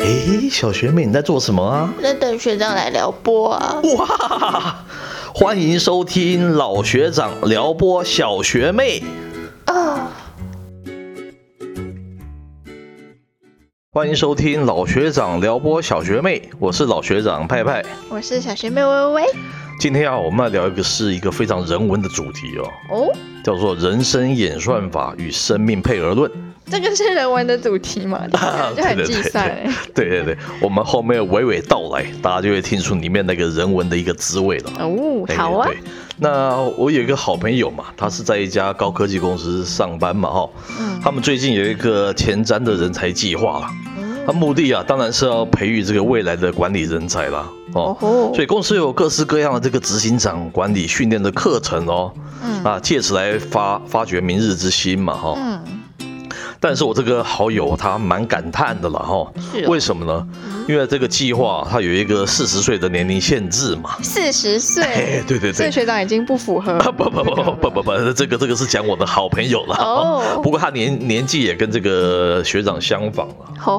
哎，小学妹你在做什么啊？我在等学长来撩拨啊。哇， 欢迎收听老学长撩拨小学妹。啊，欢迎收听老学长撩拨小学妹，我是老学长派派。我是小学妹微微。今天啊，我们要聊一个是一个非常人文的主题哦，哦，叫做人生演算法与生命配额论。这个是人文的主题嘛？ 啊就很计算、欸对对对对，我们后面娓娓道来，大家就会听出里面那个人文的一个滋味了。哦，哎好啊对，，那我有一个好朋友嘛，他是在一家高科技公司上班嘛，哈，嗯他们最近有一个前瞻的人才计划啦，他嗯目的啊，当然是要培育这个未来的管理人才啦，哦哦。吼，所以公司有各式各样的这个执行长管理训练的课程哦，嗯啊，借此来发发掘明日之星嘛哈。嗯，但是我这个好友他蛮感叹的了哈，是哦为什么呢？因为这个计划它有一个四十岁的年龄限制嘛。四十哎岁，， 对对所对。以，学长已经不符合 不不不不不不不，这个这个是讲我的好朋友了。哦 不过他年年纪也跟这个学长相仿吼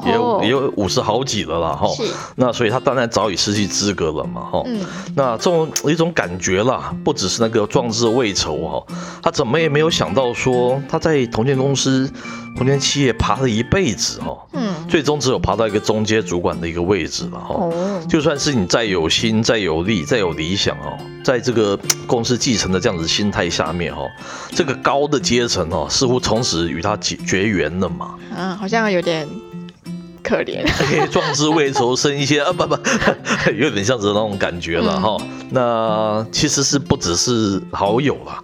了，吼也有也有五十好几了啦哈是。那所以他当然早已失去资格了嘛哈。嗯那这种一种感觉啦，不只是那个壮志未酬哈、他怎么也没有想到说他在同间公司、同间企业爬了一辈子哈、嗯，最终只有爬到一个中阶主管的一个位置了哈、哦，就算是你再有心、再有力、再有理想哦，在这个嘖公司继承的这样子心态下面哦，这个高的阶层哦，似乎从此与他结绝缘了嘛。 啊，好像有点可怜。嘿壮志未酬身一些啊，不不， 有点像是那种感觉嗯了哈、那其实是不只是好友啦，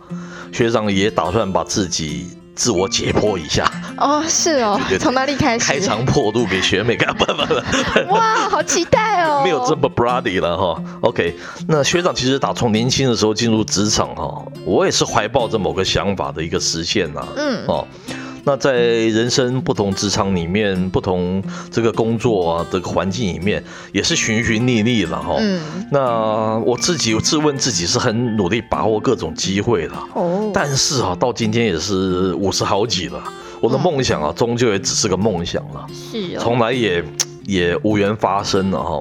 学长也打算把自己自我解剖一下，哦，是哦对对对，从哪里开始？开肠破肚给学妹看，不不不。哇，好期待哦！ 没有这么 bloody 了哈。OK，那学长其实打从年轻的时候进入职场哈，我也是怀抱着某个想法的一个实现呐、嗯哦，那在人生不同职场里面，不同这个工作啊的环境里面，也是寻寻觅觅了哈。嗯那我自己自问自己是很努力把握各种机会了，哦，但是啊，到今天也是五十好几了，我的嗯梦想啊，终究也只是个梦想了。是哦，从来也也无缘发生了哈。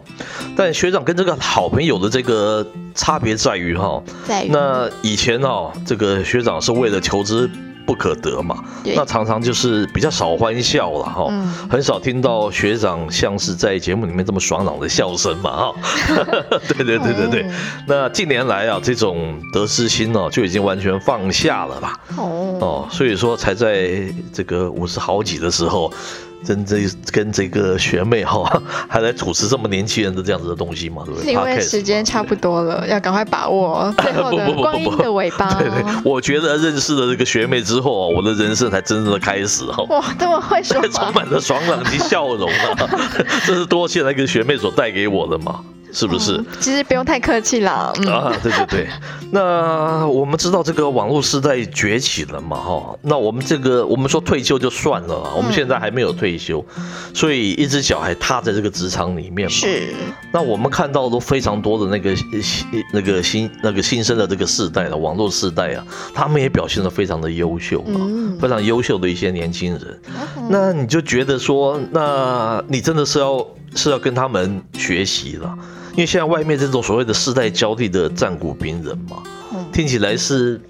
但学长跟这个好朋友的这个差别在于哈，在于那以前哦，这个学长是为了求之不可得嘛，对那哦常常就是比较少欢笑了哈。嗯很少听到学长像是在节目里面这么爽朗的笑声嘛，哈， 对对对对对嗯。那近年来啊，这种得失心呢、就已经完全放下了啦。哦哦，所以说才在这个五十好几的时候，跟这跟这个学妹哈、 还来主持这么年轻人的这样子的东西嘛，对不是对？因为 Podcast 时间嘛差不多了，要赶快把握最后不不的不不光阴的尾巴。 对对，我觉得认识了这个学妹之后啊，我的人生才真正的开始 哈、哇，这么会说 充话，满了爽朗及笑容啊， 这是多谢那个学妹所带给我的嘛，是不是？嗯其实不用太客气啦。嗯，啊，对对 对，那我们知道这个网络时代崛起了嘛，哈，那我们这个我们说退休就算了啊嗯啦，我们现在还没有退休，所以一只脚还踏在这个职场里面嘛。是，那我们看到都非常多的那个新那个新那个新生的这个世代了，网络世代啊，他们也表现得非常的优秀嘛，嗯非常优秀的一些年轻人。那你就觉得说，那你真的是要是要跟他们学习了，因为现在外面这种所谓的世代交替的战鼓兵人嘛，嗯听起来是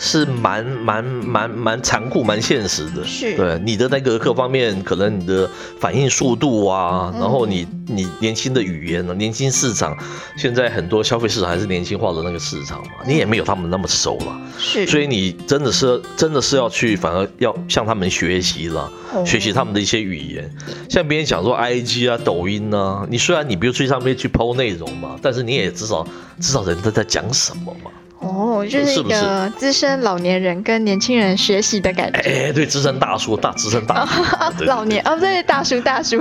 是蛮蛮蛮蛮残酷、蛮现实的。是对你的那个各方面，可能你的反应速度啊，然后你你年轻的语言呢，年轻市场，现在很多消费市场还是年轻化的那个市场嘛，你也没有他们那么熟了。是，所以你真的是真的是要去，反而要向他们学习了，哦学习他们的一些语言。像别人讲说 I G 啊、抖音啊，你虽然你不用去上面去剖内容嘛，但是你也至少至少人家在讲什么嘛。哦，就是是一不是个资深老年人跟年轻人学习的感觉。哎，对，资深大叔、大资深大叔， 对老年哦，对，大叔大叔，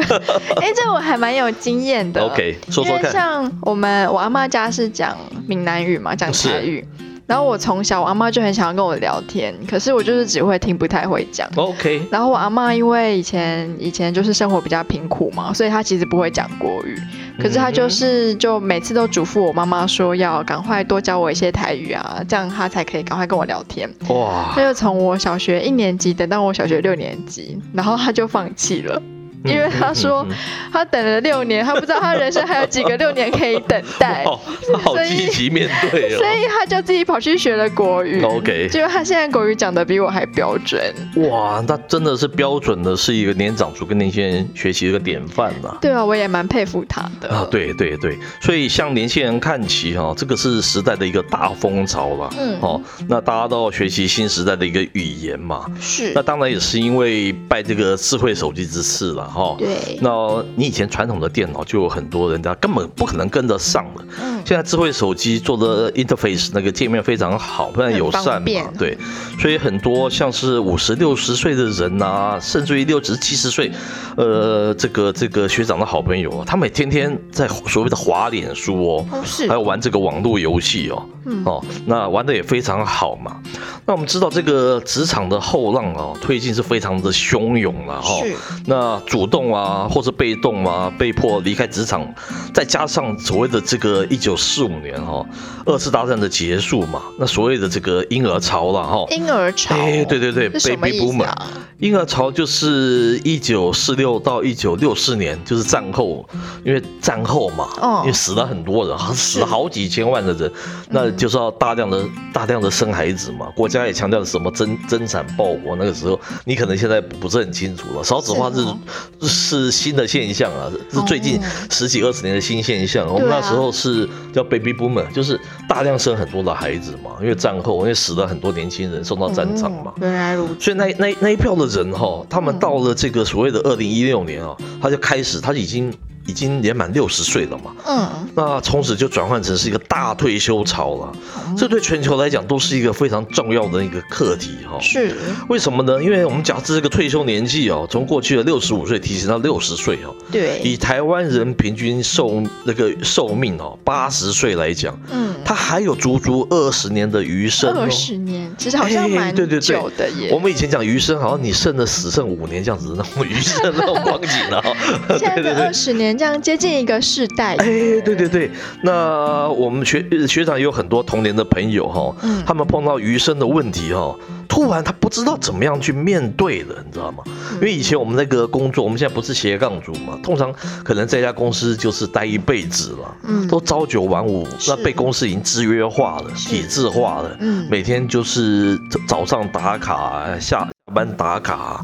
哎，这我还蛮有经验的。 OK，说说因为看。像我们我阿妈家是讲闽南语嘛，讲台语。然后我从小我阿妈就很想要跟我聊天，可是我就是只会听，不太会讲。 OK，然后我阿妈因为以前以前就是生活比较贫苦嘛，所以她其实不会讲国语，可是她就是就每次都嘱咐我妈妈说要赶快多教我一些台语啊，这样她才可以赶快跟我聊天。哇嗯她，就从我小学一年级等到我小学六年级，然后她就放弃了。因为他说他等了六年，他不知道他人生还有几个六年可以等 待，哦，他好积极面对哦所以他就自己跑去学了国语。 OK 结果他现在国语讲的比我还标准。哦，哇，那真的是标准的，是一个年长族跟年轻人学习的一个典范呐、对啊，我也蛮佩服他的啊，，对对对，所以向年轻人看齐哈、这个是时代的一个大风潮了。嗯哦，那大家都要学习新时代的一个语言嘛。是那，当然也是因为拜这个智慧手机之赐了哈。对，那你以前传统的电脑就有很多人家根本不可能跟得上了，嗯，现在智慧手机做的 interface 那个界面非常好，非常友善很方嘛便，对，所以很多像是五十六十岁的人呐、甚至于六十七十岁，呃，这个这个学长的好朋友啊，他们也天天在所谓的滑脸书哦，哦是还，有玩这个网络游戏哦，嗯哦，那玩的也非常好嘛。那我们知道这个职场的后浪哦，推进是非常的汹涌了哦。是，那主动啊，或是被动啊，被迫离开职场，再加上所谓的这个一九四五年哈、哦，二次大战的结束嘛，那所谓的这个婴儿潮了哈、哦。婴儿潮，哎，对对对是什么，baby 意思 boomer，、啊？婴儿潮就是一九四六到一九六四年，就是战后，因为战后嘛，哦嗯因为死了很多人，死了好几千万的人，那就是要大量的大量的生孩子嘛。国家也强调什么增增产报国，那个时候你可能现在不是很清楚了。少子化是是哦是新的现象啊，是最近哦十几二十年的新现象。我们对啊那时候是叫 baby boomer，就是大量生很多的孩子嘛，因为战后，因为死了很多年轻人送到战场嘛哦。原来如此，所以那那那一票的人哈、他们嗯到了这个所谓的二零一六年啊、他就开始，他已经已经年满六十岁了嘛，嗯，那从此就转换成是一个大退休潮了，嗯这对全球来讲都是一个非常重要的一个课题哈、嗯是，为什么呢？因为我们假设这个退休年纪哦，从过去的六十五岁提前到六十岁哦，以对，台湾人平均寿那个寿命哦八十岁来讲，嗯，他还有足足二十年的余生哦二。十年，其实 好像哎蛮对对对久的耶。我们以前讲余生，好像你剩了死剩五年这样子的那种余生那种光景 了、 哦。现在对对的对二。十年，这样接近一个世代。哎，对对对，那我们学呃学长也有很多童年的朋友哈、嗯他们碰到余生的问题哈、突然他不知道怎么样去面对了，你知道嗯吗？因为以前我们那个工作，我们现在不是斜杠族嘛，通常可能在一家公司就是待一辈子了，嗯都朝九晚五，是那被公司已经制约化了、是体制化了，嗯每天就是早早上打卡，下班打卡。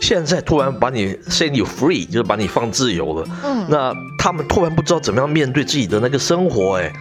现在突然把你 set you free，就是把你放自由了。嗯，那他们突然不知道怎么样面对自己的那个生活、哎，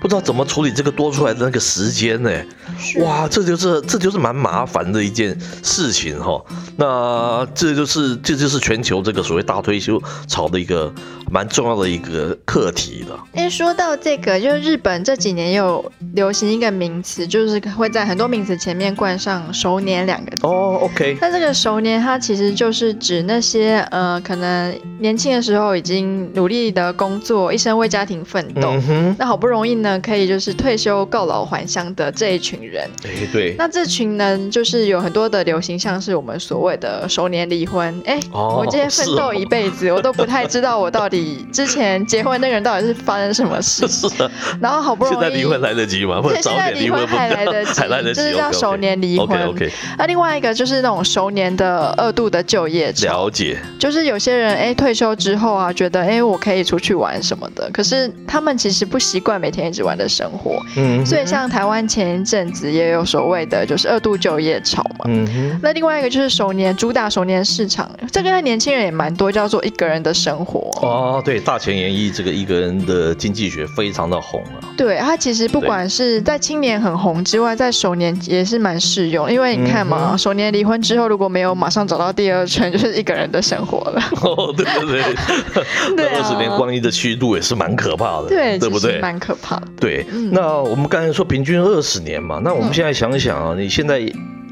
不知道怎么处理这个多出来的那个时间、哎，是哇，这就是这就是蛮麻烦的一件事情哈、那这就是这就是全球这个所谓大退休潮的一个蛮重要的一个课题了。哎，说到这个，就是日本这几年有流行一个名词，就是会在很多名词前面冠上“熟年”两个字。哦，OK，那这个熟年，它其实就是指那些呃，可能年轻的时候已经努力的工作，一生为家庭奋斗，嗯哼，那好不容易呢，可以就是退休告老还乡的这一群人。哎，对，那这群人就是有很多的流行，像是我们所谓的熟年离婚。哎、哦我今天奋斗是哦一辈子，我都不太知道我到底之前结婚那个人到底是发生什么事。 是的，然后好不容易现在离婚来得及吗？或者对，早现在点离离婚婚不还来得及，还来得及，就是叫熟年离婚。 OK，OK，那另外一个就是那种熟年的二度的就业潮，了解，就是有些人哎退休之后啊，觉得哎我可以出去玩什么的，可是他们其实不习惯每天一直玩的生活，嗯，所以像台湾前一阵子也有所谓的就是二度就业潮嘛。嗯哼，那另外一个就是熟年主打熟年市场，这个年轻人也蛮多，叫做一个人的生活。哦，对，大前研一这个一个人的经济学非常的红 啊，对它其实不管是在青年很红之外，在熟年也是蛮适用，因为你看嗯嘛，熟年离婚之后如果没有马上找到第二春，就是一个人的生活 了。哦，对对啊对，对那二啊十年光阴的虚度也是蛮可怕的，对，对不其实对？蛮嗯可怕的。对，那我们刚才说平均二十年嘛，那我们嗯现在想想啊，你现在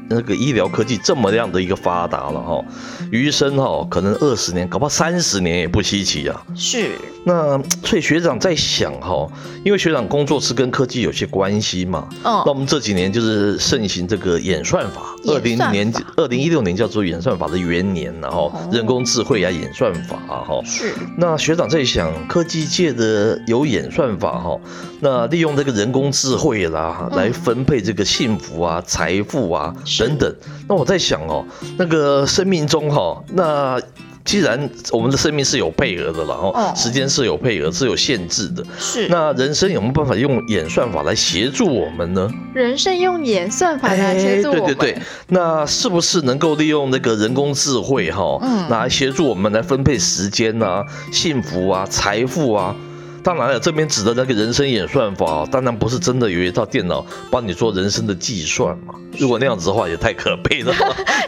那个医疗科技这么样的一个发达了哈、余生哈、可能二十年，搞不好三十年也不稀奇啊。是，那所以学长在想哈、因为学长工作是跟科技有些关系嘛，那我嗯，们这几年就是盛行这个演算法，二零演算法年二零一六年叫做演算法的元年然后哦人工智慧啊演算法啊哈、是，那学长在想，科技界的有演算法哈、那利用这个人工智慧啦，嗯来分配这个幸福啊、财富啊是等等。那我在想哦，那个生命中哈、那既然我们的生命是有配额的了，哦嗯哦，时间是有配额，是有限制的。是那人生有没有办法用演算法来协助我们呢？人生用演算法来协助我对们，哎对对，那是不是能够利用那个人工智慧哈、嗯来协助我们来分配时间啊、幸福啊、财富啊？当然了，这边指的那个人生演算法、当然不是真的有一套电脑帮你做人生的计算嘛。如果那样子的话，也太可悲 了。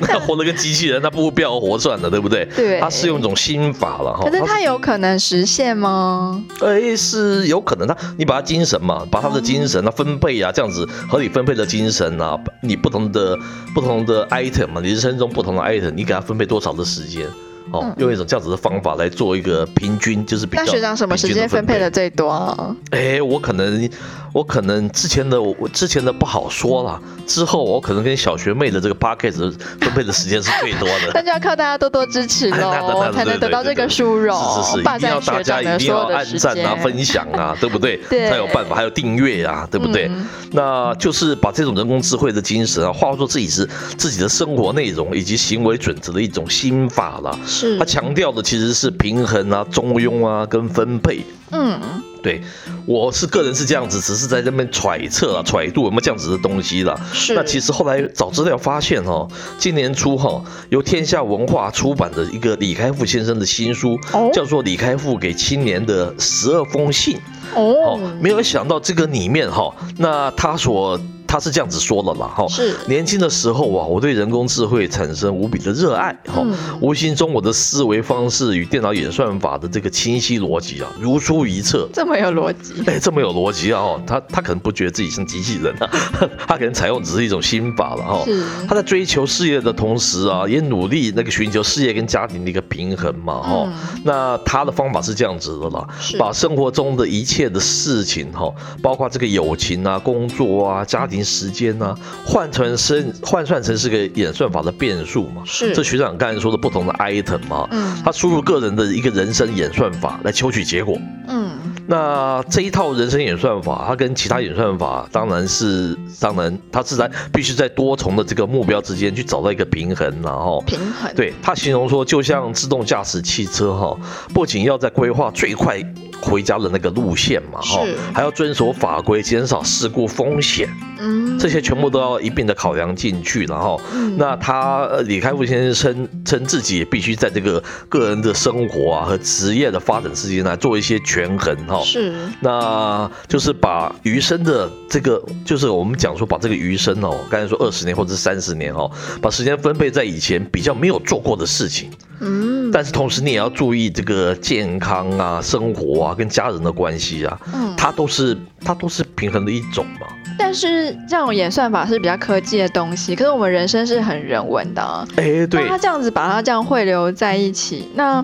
那活得跟机器人，那不如不要活算了，对不对？对它是用一哦种心法了哈。可是它有可能实现吗？哎，是有可能他，你把他精神哦嘛，把他的精神啊分配啊，这样子合理分配的精神啊，你不同的不同的 item 嘛，你人生中不同的 item，你给他分配多少的时间，哦，嗯用一种这样子的方法来做一个平均，就是比较那学长什么时间分配的的？最多啊？哎，我可能我可能之前的我我之前的不好说啦，之后我可能跟小学妹的这个 p a c k a g e 分配的时间是最多那的。就要靠大家多多支 持哎 那那喽，那才能得到这对对个对殊荣是是是，，霸一定要占大学家长一的定所要有的按时赞啊、间。分享 啊，对不对？对才有办法，还有订阅啊，对不对？嗯那就是把这种人工智慧的精神啊，化作自己是自己的生活内容以及行为准则的一种心法啦。是它，强调的啊其实是平衡啊、中庸啊跟分配。嗯，对我是个人是这样子，只是在这边揣测啊、揣度有没有这样子的东西啦。是那其实后来找资料发现哦，今年初哈、由天下文化出版的一个李开复先生的新书，哦叫做《李开复给青年的十二封信》。哦哦，没有想到这个里面哈、那他所他是这样子说的啦哈、是年轻的时候啊，我对人工智慧产生无比的热爱哈、嗯无形中我的思维方式与电脑演算法的这个清晰逻辑啊，如出一辙。这么有逻辑， 哎，这么有逻辑啊！哦，他他可能不觉得自己像机器人啊， 他可能采用只是一种心法了哈、是他在追求事业的同时啊，也努力那个寻求事业跟家庭的一个平衡嘛哈、嗯那他的方法是这样子的啦，是把生活中的一切的事情哈，包括这个友情啊、工作啊、家庭时间啊，换成是换算成是个演算法的变数嘛。是这学长刚才说的不同的 item 嘛，嗯他输入个人的一个人生演算法来求取结果。嗯那这一套人生演算法，它跟其他演算法当然是当然，它是在必须在多重的这个目标之间去找到一个平衡，然后平衡，对他形容说，就像自动驾驶汽车哈，不仅要在规划最快回家的那个路线嘛哈是，还要遵守法规，减少事故风险，嗯，这些全部都要一并的考量进去，然后。嗯那他呃李开复先生称称自己也必须在这个个人的生活啊和职业的发展之间来做一些权衡哈、是那就是把余生的这个，就是我们讲说把这个余生哦，刚才说二十年或者三十年哦，把时间分配在以前比较没有做过的事情，嗯但是同时你也要注意这个健康啊、生活啊、跟家人的关系啊，嗯它都是它都是平衡的一种嘛。但是这种演算法是比较科技的东西，可是我们人生是很人文的、啊。哎，对那，他这样子把它这样汇流在一起，那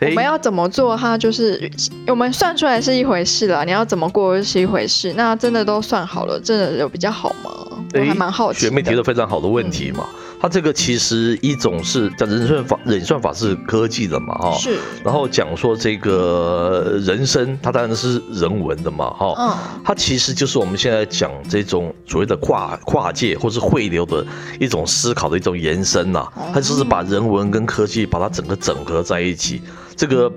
我们哎，要怎么做？它就是我们算出来是一回事啦，你要怎么过又是一回事。那真的都算好了，真的有比较好吗？我还蛮好奇学妹提的。的非常好的问题嘛，它这个其实一种是讲人算法，人算法是科技的嘛，哈、是然后讲说这个人生，它当然是人文的嘛，哈、嗯它其实就是我们现在讲这种所谓的跨跨界或是汇流的一种思考的一种延伸呐、哦它就是把人文跟科技把它整个整合在一起，这个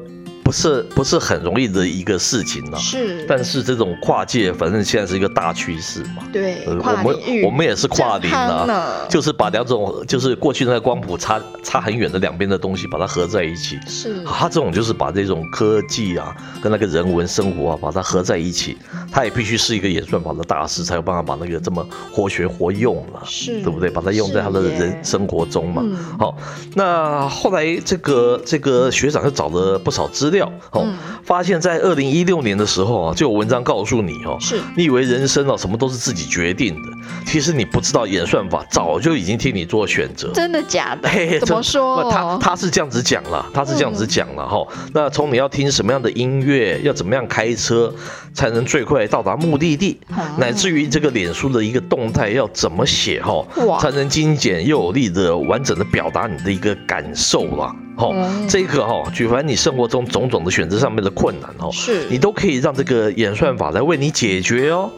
不是不是很容易的一个事情呐、是，但是这种跨界，反正现在是一个大趋势嘛。对呃跨我们领域我们也是跨正龄夯啊，呢就是把两种就是过去那个光谱差差很远的两边的东西，把它合在一起。是他这种就是把这种科技啊跟那个人文生活啊把它合在一起，他也必须是一个演算法的大师，才有办法把那个这么活学活用了，是，对不对？把它用在他的是耶人生活中嘛。嗯好、那后来这个这个学长就找了不少资料，哦，嗯发现在二零一六年的时候啊，就有文章告诉你哦，是你以为人生哦什么都是自己决定的，其实你不知道演算法早就已经替你做选择。真的假 的？嘿嘿怎么真说哦不他他是这样子讲啦，他是这样子讲嗯啦。哈、那从你要听什么样的音乐，要怎么样开车才能最快到达目的地，啊乃至于这个脸书的一个动态要怎么写哈哇，才能精简又有力的完整的表达你的一个感受啦。哦，嗯这个哈、举凡你生活中种嗯种的选择上面的困难哦，是 你都可以让这个演算法来为你解决哦。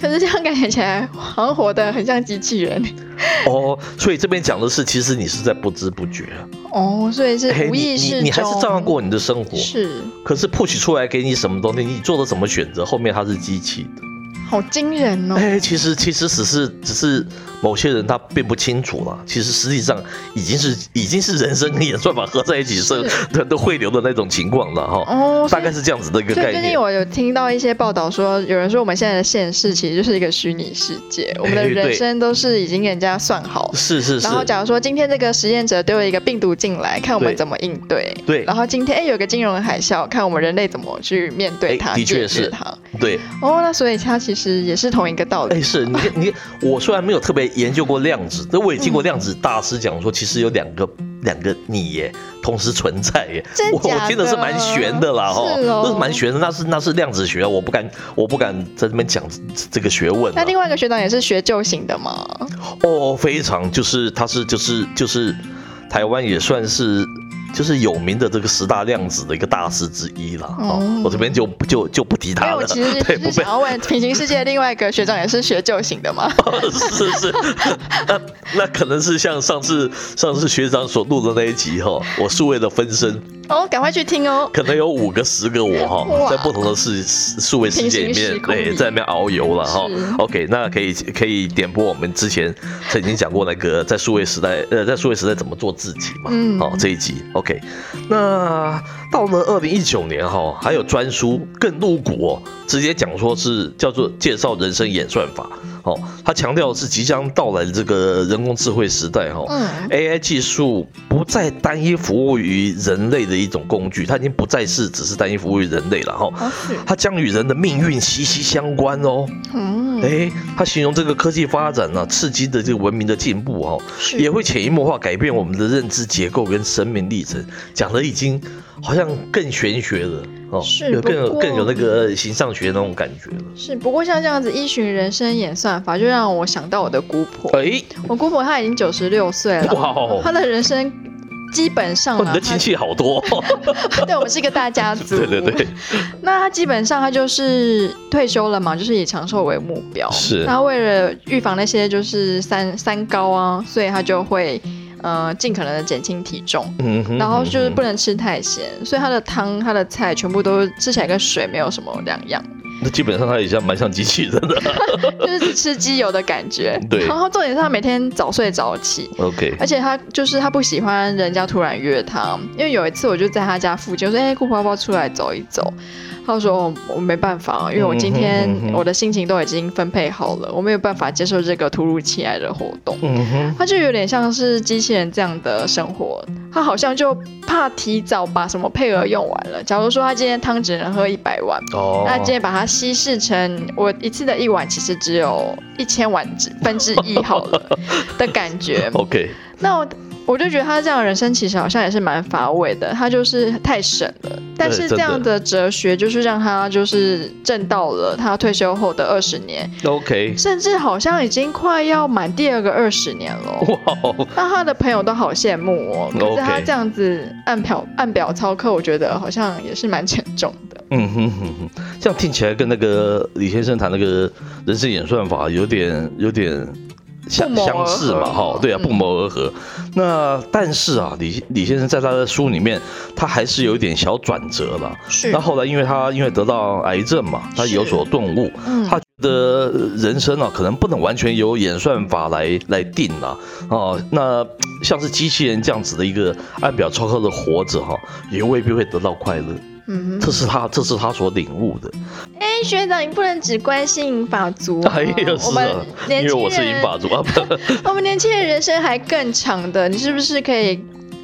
可是这样感觉起来好像活得很像机器人 哦，所以这边讲的是，其实你是在不知不觉，哦，所以是嘿无你意识你中你还是照样过你的生活，是可是 push 出来给你什么东西，你做的什么选择，后面它是机器的。好惊人哦。哎、其实其实只是只是某些人他并不清楚啦，其实实际上已经是已经是人生跟演算法合在一起是是的都汇流的那种情况了哈。哦，大所以概是这样子的一个所以概最近念。我有听到一些报道说，有人说我们现在的现世其实就是一个虚拟世界，我们的哎对人生都是已经给人家算好。是是是然，后假如说今天这个实验者丢了一个病毒进来，看我们对怎么应对。对然后今天哎有个金融海啸，看我们人类怎么去面对它、哎的确解决是它。对，哦，那所以它其实也是同一个道哎、理。是你你我虽然没有特别研究过量子，但我也听过量子大师讲说，其实有两个两个你耶同时存在耶。真我假的我听的是蛮悬的啦，哈，是哦都是蛮悬的，那是那是量子学，啊我不敢我不敢在这边讲这个学问、啊那。另外一个学长也是学旧型的嘛？哦，非常就是它是就是就是台湾也算是。就是有名的这个十大量子的一个大师之一了，哈、哦我这边就就就不提没他有，了我，其实 对，是不是被想要问平行世界另外一个学长也是学旧型的嘛？是是， 那那可能是像上次上次学长所录的那一集哈、我是为了分身，哦，赶快去听哦。可能有五个十个我哈、哇在不同的世数位世界里平行时面，空里对，在那边遨游了哈、是 OK，那可以可以点播我们之前曾经讲过那个在数位时代，呃，在数位时代怎么做自己嘛，嗯哦这一集 OK。那到了二零一九年哈、还有专书更露骨哦，直接讲说是叫做介绍人生演算法哦，他强调是即将到来的这个人工智慧时代哈、嗯 AI 技术不再单一服务于人类的一种工具，它已经不再是只是单一服务于人类了哈、好是它将与人的命运息息相关哦。嗯，哎，他形容这个科技发展呢、刺激的这个文明的进步哈、哦，是也会潜移默化改变我们的认知结构跟生命历程。讲的已经好像更玄学了哦，是有更有不过更有那个形上学那种感觉了。是，不过像这样子依循人生演算法，就让我想到我的姑婆。哎，我姑婆她已经九十六岁了，哇哦，她的人生基本上哇啊，你的她亲戚好多、哦，对 我们是一个大家 族。对对对。，那她基本上她就是退休了嘛，就是以长寿为目标。是那为了预防那些就是三三高啊，所以她就会呃尽可能的减轻体重。嗯哼然后就是不嗯能吃太咸，所以她的汤、她的菜全部都是吃起来跟水没有什么两样。哼那基本上他也像蛮像机器人 的。。就是吃鸡油的感觉 对然后重点是他每天早睡早起， OK，而且他就是他不喜欢人家突然约他，因为有一次我就在他家附近，我说：“哎、姑婆要不要出来走一走？”他说：“哦我没办法，因为我今天嗯哼嗯哼我的心情都已经分配好了，我没有办法接受这个突如其来的活动。”嗯哼，他就有点像是机器人这样的生活，他好像就怕提早把什么配额用完了。假如说他今天汤只能喝一百碗，哦，那今天把它稀释成我一次的一碗，其实只有一千碗之分之一好了的感 觉。 OK，那我我就觉得他这样的人生其实好像也是蛮乏味的，他就是太省了。但是真的这样的哲学就是让他就是挣到了他退休后的二十年， OK，甚至好像已经快要满第二个二十年了。哇哦，那他的朋友都好羡慕哦，可是他 OK 这样子按表按表操课，我觉得好像也是蛮沉重的。嗯哼哼哼，这样听起来跟那个李先生谈那个人生演算法有点有点相不谋而相合似嘛，哈，对啊，嗯不谋而合。那但是啊，李李先生在他的书里面，他还是有一点小转折了。是那后来因为他因为得到癌症嘛，他是有所顿悟，嗯他觉得人生啊，可能不能完全由演算法来来定啊。哦，那像是机器人这样子的一个按表操课的活着哈、也未必会得到快乐。嗯哼这是他，这是他所领悟的。哎，学长，你不能只关心法族、啊，哎呀，我是们啊，年因为轻我是银人，发族啊， 不我们年轻人人生还更长的，你是不是可以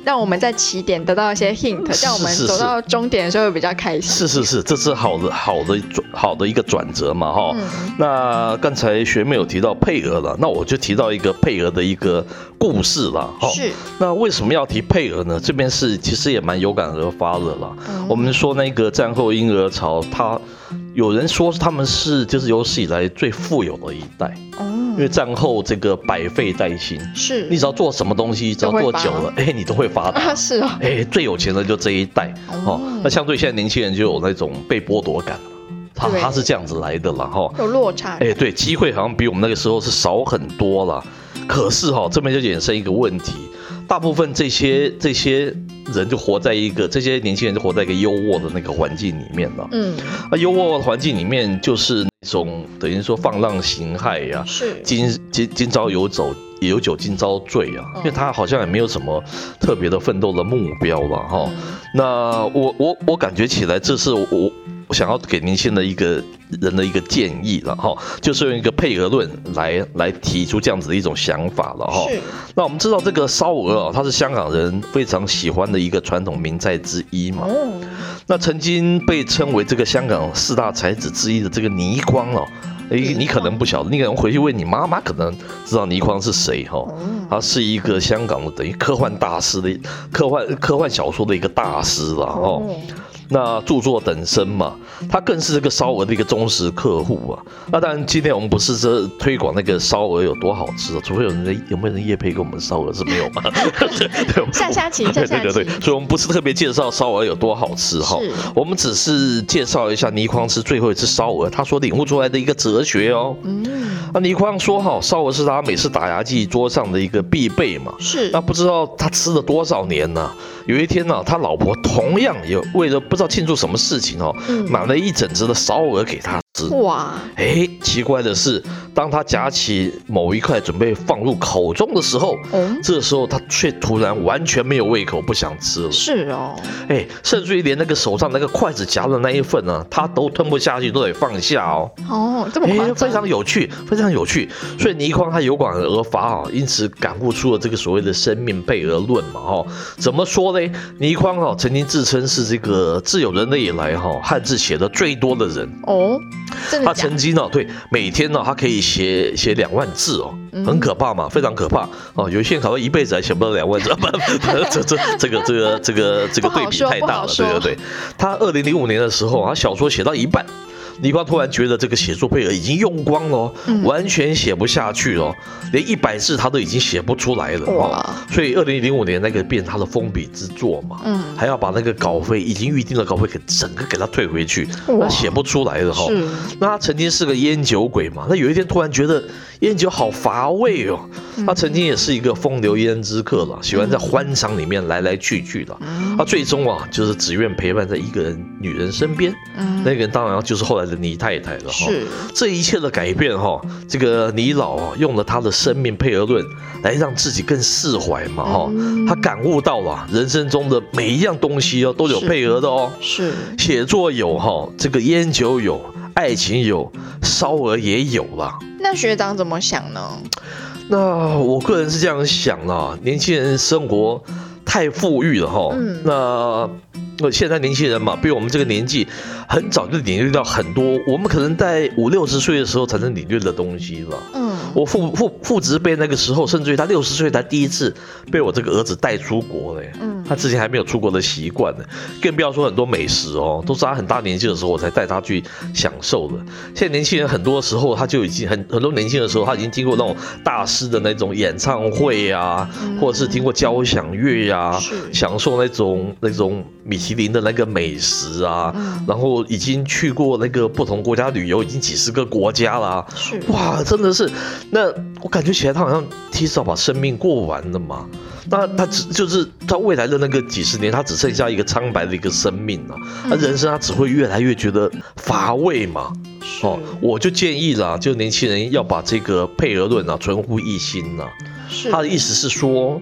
让我们在起点得到一些 hint，是让我们是走是到终点的时候会比较开心？是是是，这是好的好的转好的一个转折嘛哈。嗯，那刚才学妹有提到配额了，那我就提到一个配额的一个故事了哈。是，那为什么要提配额呢？这边是其实也蛮有感而发的啦。嗯我们说那个战后婴儿潮，它有人说他们是就是有史以来最富有的一代，因为嗯，战后这个百废待兴，是，你只要做什么东西，只要做久了，哎，你都会发达。 啊是哦，哎，最有钱的就这一代哦哦。那相对现在年轻人就有那种被剥夺感，他对他是这样子来的啦哈。有落差感。哎，对，机会好像比我们那个时候是少很多了。可是哈、这边就衍生一个问题，大部分这些这些人就活在一个这些年轻人就活在一个优渥的那个环境里面了。嗯，那优渥的环境里面就是那种等于说放浪形骸呀、是今今今朝有酒有酒今朝醉啊，嗯因为他好像也没有什么特别的奋斗的目标了哈。那我我我感觉起来，这是我我想要给年轻的一个人的一个建议了哈，就是用一个配额论来来提出这样子的一种想法了哈。是那我们知道这个烧鹅啊，它是香港人非常喜欢的一个传统名菜之一嘛。哦，那曾经被称为这个香港四大才子之一的这个倪匡哦，诶，你可能不晓得，你可能回去问你妈妈，可能知道倪匡是谁哈、哦。哦，他是一个香港的等于科幻大师的科幻科幻小说的一个大师了哦。那著作等身嘛，他更是这个烧鹅的一个忠实客户啊。那当然，今天我们不是这推广那个烧鹅有多好吃啊，除非有人在有没有人夜配给我们烧鹅是没 有嘛？对，我下下棋，下对下对对对，棋，所以我们不是特别介绍烧鹅有多好吃哈是，我们只是介绍一下倪匡吃最后一次烧鹅，他所领悟出来的一个哲学哦。嗯，那倪匡说哈，烧鹅是他每次打牙祭桌上的一个必备嘛。是那不知道他吃了多少年呢、有一天呢、他老婆同样也为了不知道庆祝什么事情哦，嗯买了一整只的烧鹅给他吃。哇，哎，奇怪的是，当他夹起某一块准备放入口中的时候，哦，这时候他却突然完全没有胃口，不想吃了。是哦，哎，甚至于连那个手上那个筷子夹的那一份呢、他都吞不下去，都得放下哦。哦，这么哎夸，非张，常有趣，非常有趣。所以倪匡他有感而发啊，因此感悟出了这个所谓的生命配额论嘛哈、怎么说呢？倪匡哈、曾经自称是这个自有人类以来哈、汉字写的最多的人。哦，真他的假的？曾经呢，对每天呢、他可以写写两万字哦，嗯很可怕嘛，非常可怕哦。有些人可能一辈子还写不到两万字， 不，这这这个这个这个这个不好对比说太不大好了，对说嗯对对。他二零零五年的时候，他啊小说写到一半。倪匡突然觉得这个写作配额已经用光了哦，嗯完全写不下去了哦，连一百字他都已经写不出来了哦哇。所以二零零五年那个变成他的封笔之作嘛，嗯，还要把那个稿费已经预定的稿费给整个给他退回去，那哇写不出来了哦哈、是那他曾经是个烟酒鬼嘛，那有一天突然觉得烟酒好乏味哦。嗯他曾经也是一个风流烟之客了，喜欢在欢场里面来来去去的。嗯他最终啊，就是只愿陪伴在一个人女人身边。嗯那个人当然就是后来的倪太太了哈。是这一切的改变哈，这个倪老啊，用了他的生命配额论来让自己更释怀嘛哈。嗯他感悟到了人生中的每一样东西哦，都有是配额的哦。是，写作有哈，这个烟酒有，爱情有，烧鹅也有啦。那学长怎么想呢？那我个人是这样想啦，年轻人生活太富裕了哈。嗯那那现在年轻人嘛，比我们这个年纪，很早就领略到很多我们可能在五六十岁的时候才能领略的东西了。嗯，我父父父执辈那个时候，甚至于他六十岁才第一次被我这个儿子带出国嘞。嗯他之前还没有出国的习惯呢，更不要说很多美食哦，都是他很大年纪的时候我才带他去享受的。现在年轻人很多时候他就已经很很多年轻的时候他已经经过那种大师的那种演唱会啊，或者是听过交响乐呀、啊，嗯是享受那种那种米其林的那个美食啊，嗯然后已经去过那个不同国家旅游，已经几十个国家啦、是哇，真的是，那我感觉起来他好像提早把生命过完了嘛。那他只就是他未来的那个几十年，他只剩下一个苍白的一个生命了、啊那人生他只会越来越觉得乏味嘛。哦，我就建议啦，就年轻人要把这个配额论啊存乎一心呐、啊 是他的意思是说，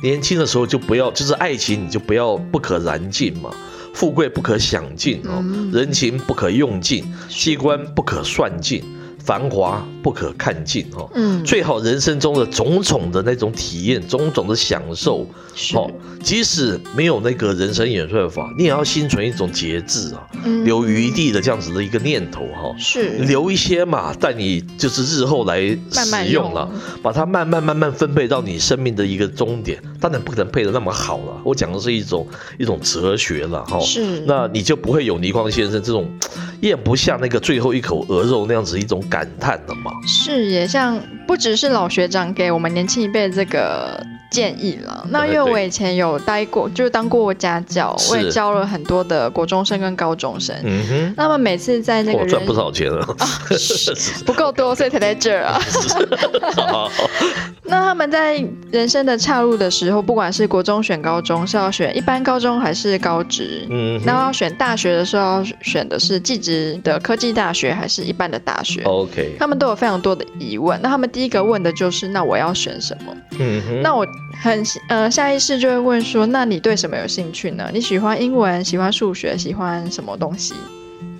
年轻的时候就不要，就是爱情你就不要不可燃尽嘛，富贵不可享尽哦，嗯人情不可用尽，机关不可算尽，繁华不可看尽哦。嗯最好人生中的种种的那种体验，种种的享受，是哦，即使没有那个人生演算法，你也要心存一种节制啊，嗯留余地的这样子的一个念头哈、是留一些嘛，但你就是日后来慢慢使用用了，把它慢慢慢慢分配到你生命的一个终点。当然不可能配的那么好了，我讲的是一种一种哲学了哈。是哦那你就不会有倪匡先生这种咽不下那个最后一口鹅肉那样子一种感叹了嘛？是也像不只是老学长给我们年轻一辈这个建议了。那因为我以前有待过，就是当过家教，是我也教了很多的国中生跟高中生。嗯哼，那么每次在那个我赚人 哦不少钱啊了。不够多，所以才在这儿啊。好那他们在人生的岔路的时候，不管是国中选高中，是要选一般高中还是高职， 嗯然哼后要选大学的时候，要选的是技职的科技大学还是一般的大学， ，OK，他们都有非常多的疑问。那他们第一个问的就是，那我要选什么？嗯哼，那我很呃下意识就会问说，那你对什么有兴趣呢？你喜欢英文，喜欢数学，喜欢什么东西？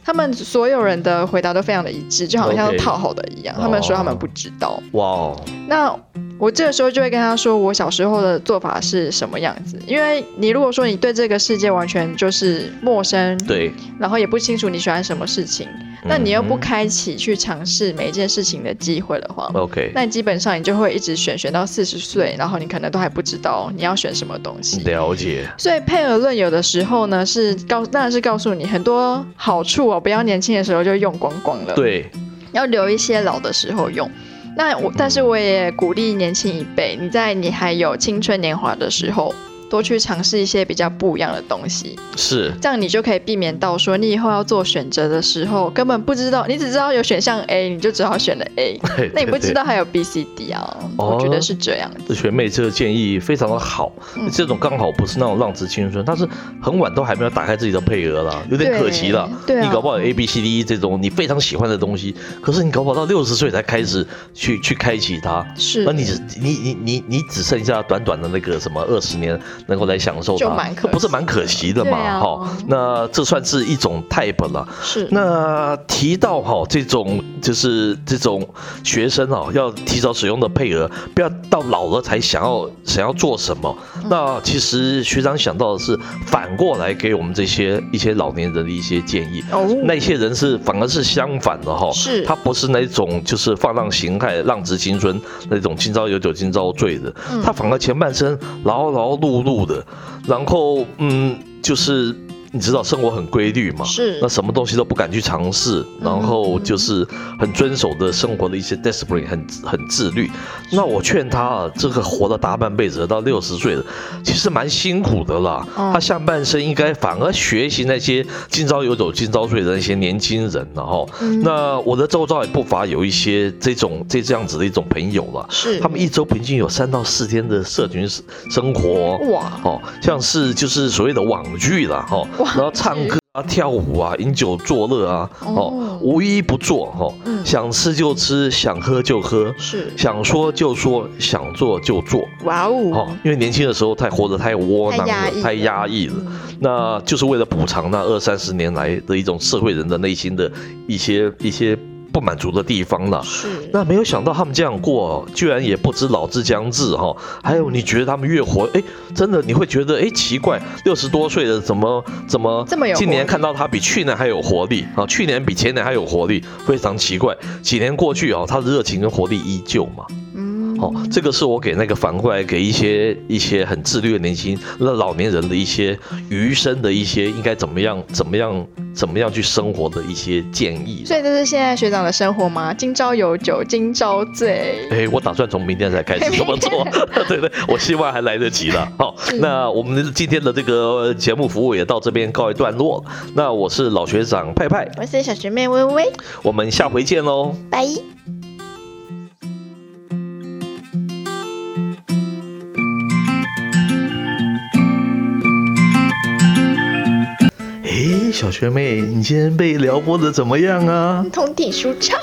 他们所有人的回答都非常的一致，就好像 OK 套好的一样。他们说他哦们不知道。哇哦，那我这个时候就会跟他说，我小时候的做法是什么样子。因为你如果说你对这个世界完全就是陌生，对，嗯然后也不清楚你喜欢什么事情，那你又不开启去尝试每一件事情的机会的话， OK，那基本上你就会一直选选到四十岁，然后你可能都还不知道你要选什么东西。了解，所以配额论有的时候呢是告，当然是告诉你很多好处哦，不要年轻的时候就用光光了，，对，要留一些老的时候用。那我，但是我也鼓励年轻一辈，你在你还有青春年华的时候，多去尝试一些比较不一样的东西，是，这样你就可以避免到说你以后要做选择的时候根本不知道，你只知道有选项 A，你就只好选了 A。那你不知道还有 B、C、D 啊？哦我觉得是这样子。这学妹这个建议非常的好，嗯这种刚好不是那种浪子青春，但是很晚都还没有打开自己的配额啦，有点可惜啦。对对啊你搞不好有 A B C D E 这种你非常喜欢的东西，可是你搞不好到六十岁才开始去去开启它，是那，你只你你你你只剩下短短的那个什么二十年能够来享受它，就蛮可惜的不是蛮可惜的嘛？对啊哈、那这算是一种 type 了。是那提到哈、这种就是这种学生哦，要提早使用的配额，不要到老了才想要想要做什么。嗯那其实学长想到的是反过来给我们这些一些老年人的一些建议。哦，那些人是反而是相反的哈、是他不是那种就是放浪形骸、浪掷青春那种今朝有酒今朝醉的，嗯他反而前半生劳劳碌碌的，然后嗯，就是你知道生活很规律嘛，是那什么东西都不敢去尝试，嗯然后就是很遵守的生活的一些 discipline，很很自律。那我劝他啊，这个活了大半辈子，到六十岁了，其实蛮辛苦的啦。嗯他下半生应该反而学习那些今朝有酒今朝醉的那些年轻人了哈。嗯那我的周遭也不乏有一些这种这这样子的一种朋友了，是他们一周平均有三到四天的社群生活哦、哇，哦，像是就是所谓的网剧啦，哈、哦，网然后唱歌啊、跳舞啊、饮酒作乐啊，哦，哦无一不做，哦，嗯想吃就吃，想喝就喝，是想说就说，想做就做，哇哦哦，，因为年轻的时候太活得太窝囊太压了，抑太压抑了。嗯那就是为了补偿那二三十年来的一种社会人的内心的一些一些不满足的地方了。是啊那没有想到他们这样过，居然也不知老之将至哈、还有，你觉得他们越活，哎，真的你会觉得哎奇怪，六十多岁的怎么怎么这么有活力今年看到他比去年还有活力啊，去年比前年还有活力，非常奇怪。几年过去啊、他的热情跟活力依旧嘛。嗯哦，这个是我给那个反过来给一些一些很自律的年轻那老年人的一些余生的一些应该怎么样怎么样怎么样去生活的一些建议。所以这是现在学长的生活吗？今朝有酒今朝醉，哎，我打算从明天才开始这嗯么做， 对对，我希望还来得及了。好、那我们今天的这个节目服务也到这边告一段落了。那我是老学长派派，我是小学妹微微，我们下回见喽。拜。哎，小学 妹，你今天被撩拨的怎么样啊？通体舒畅。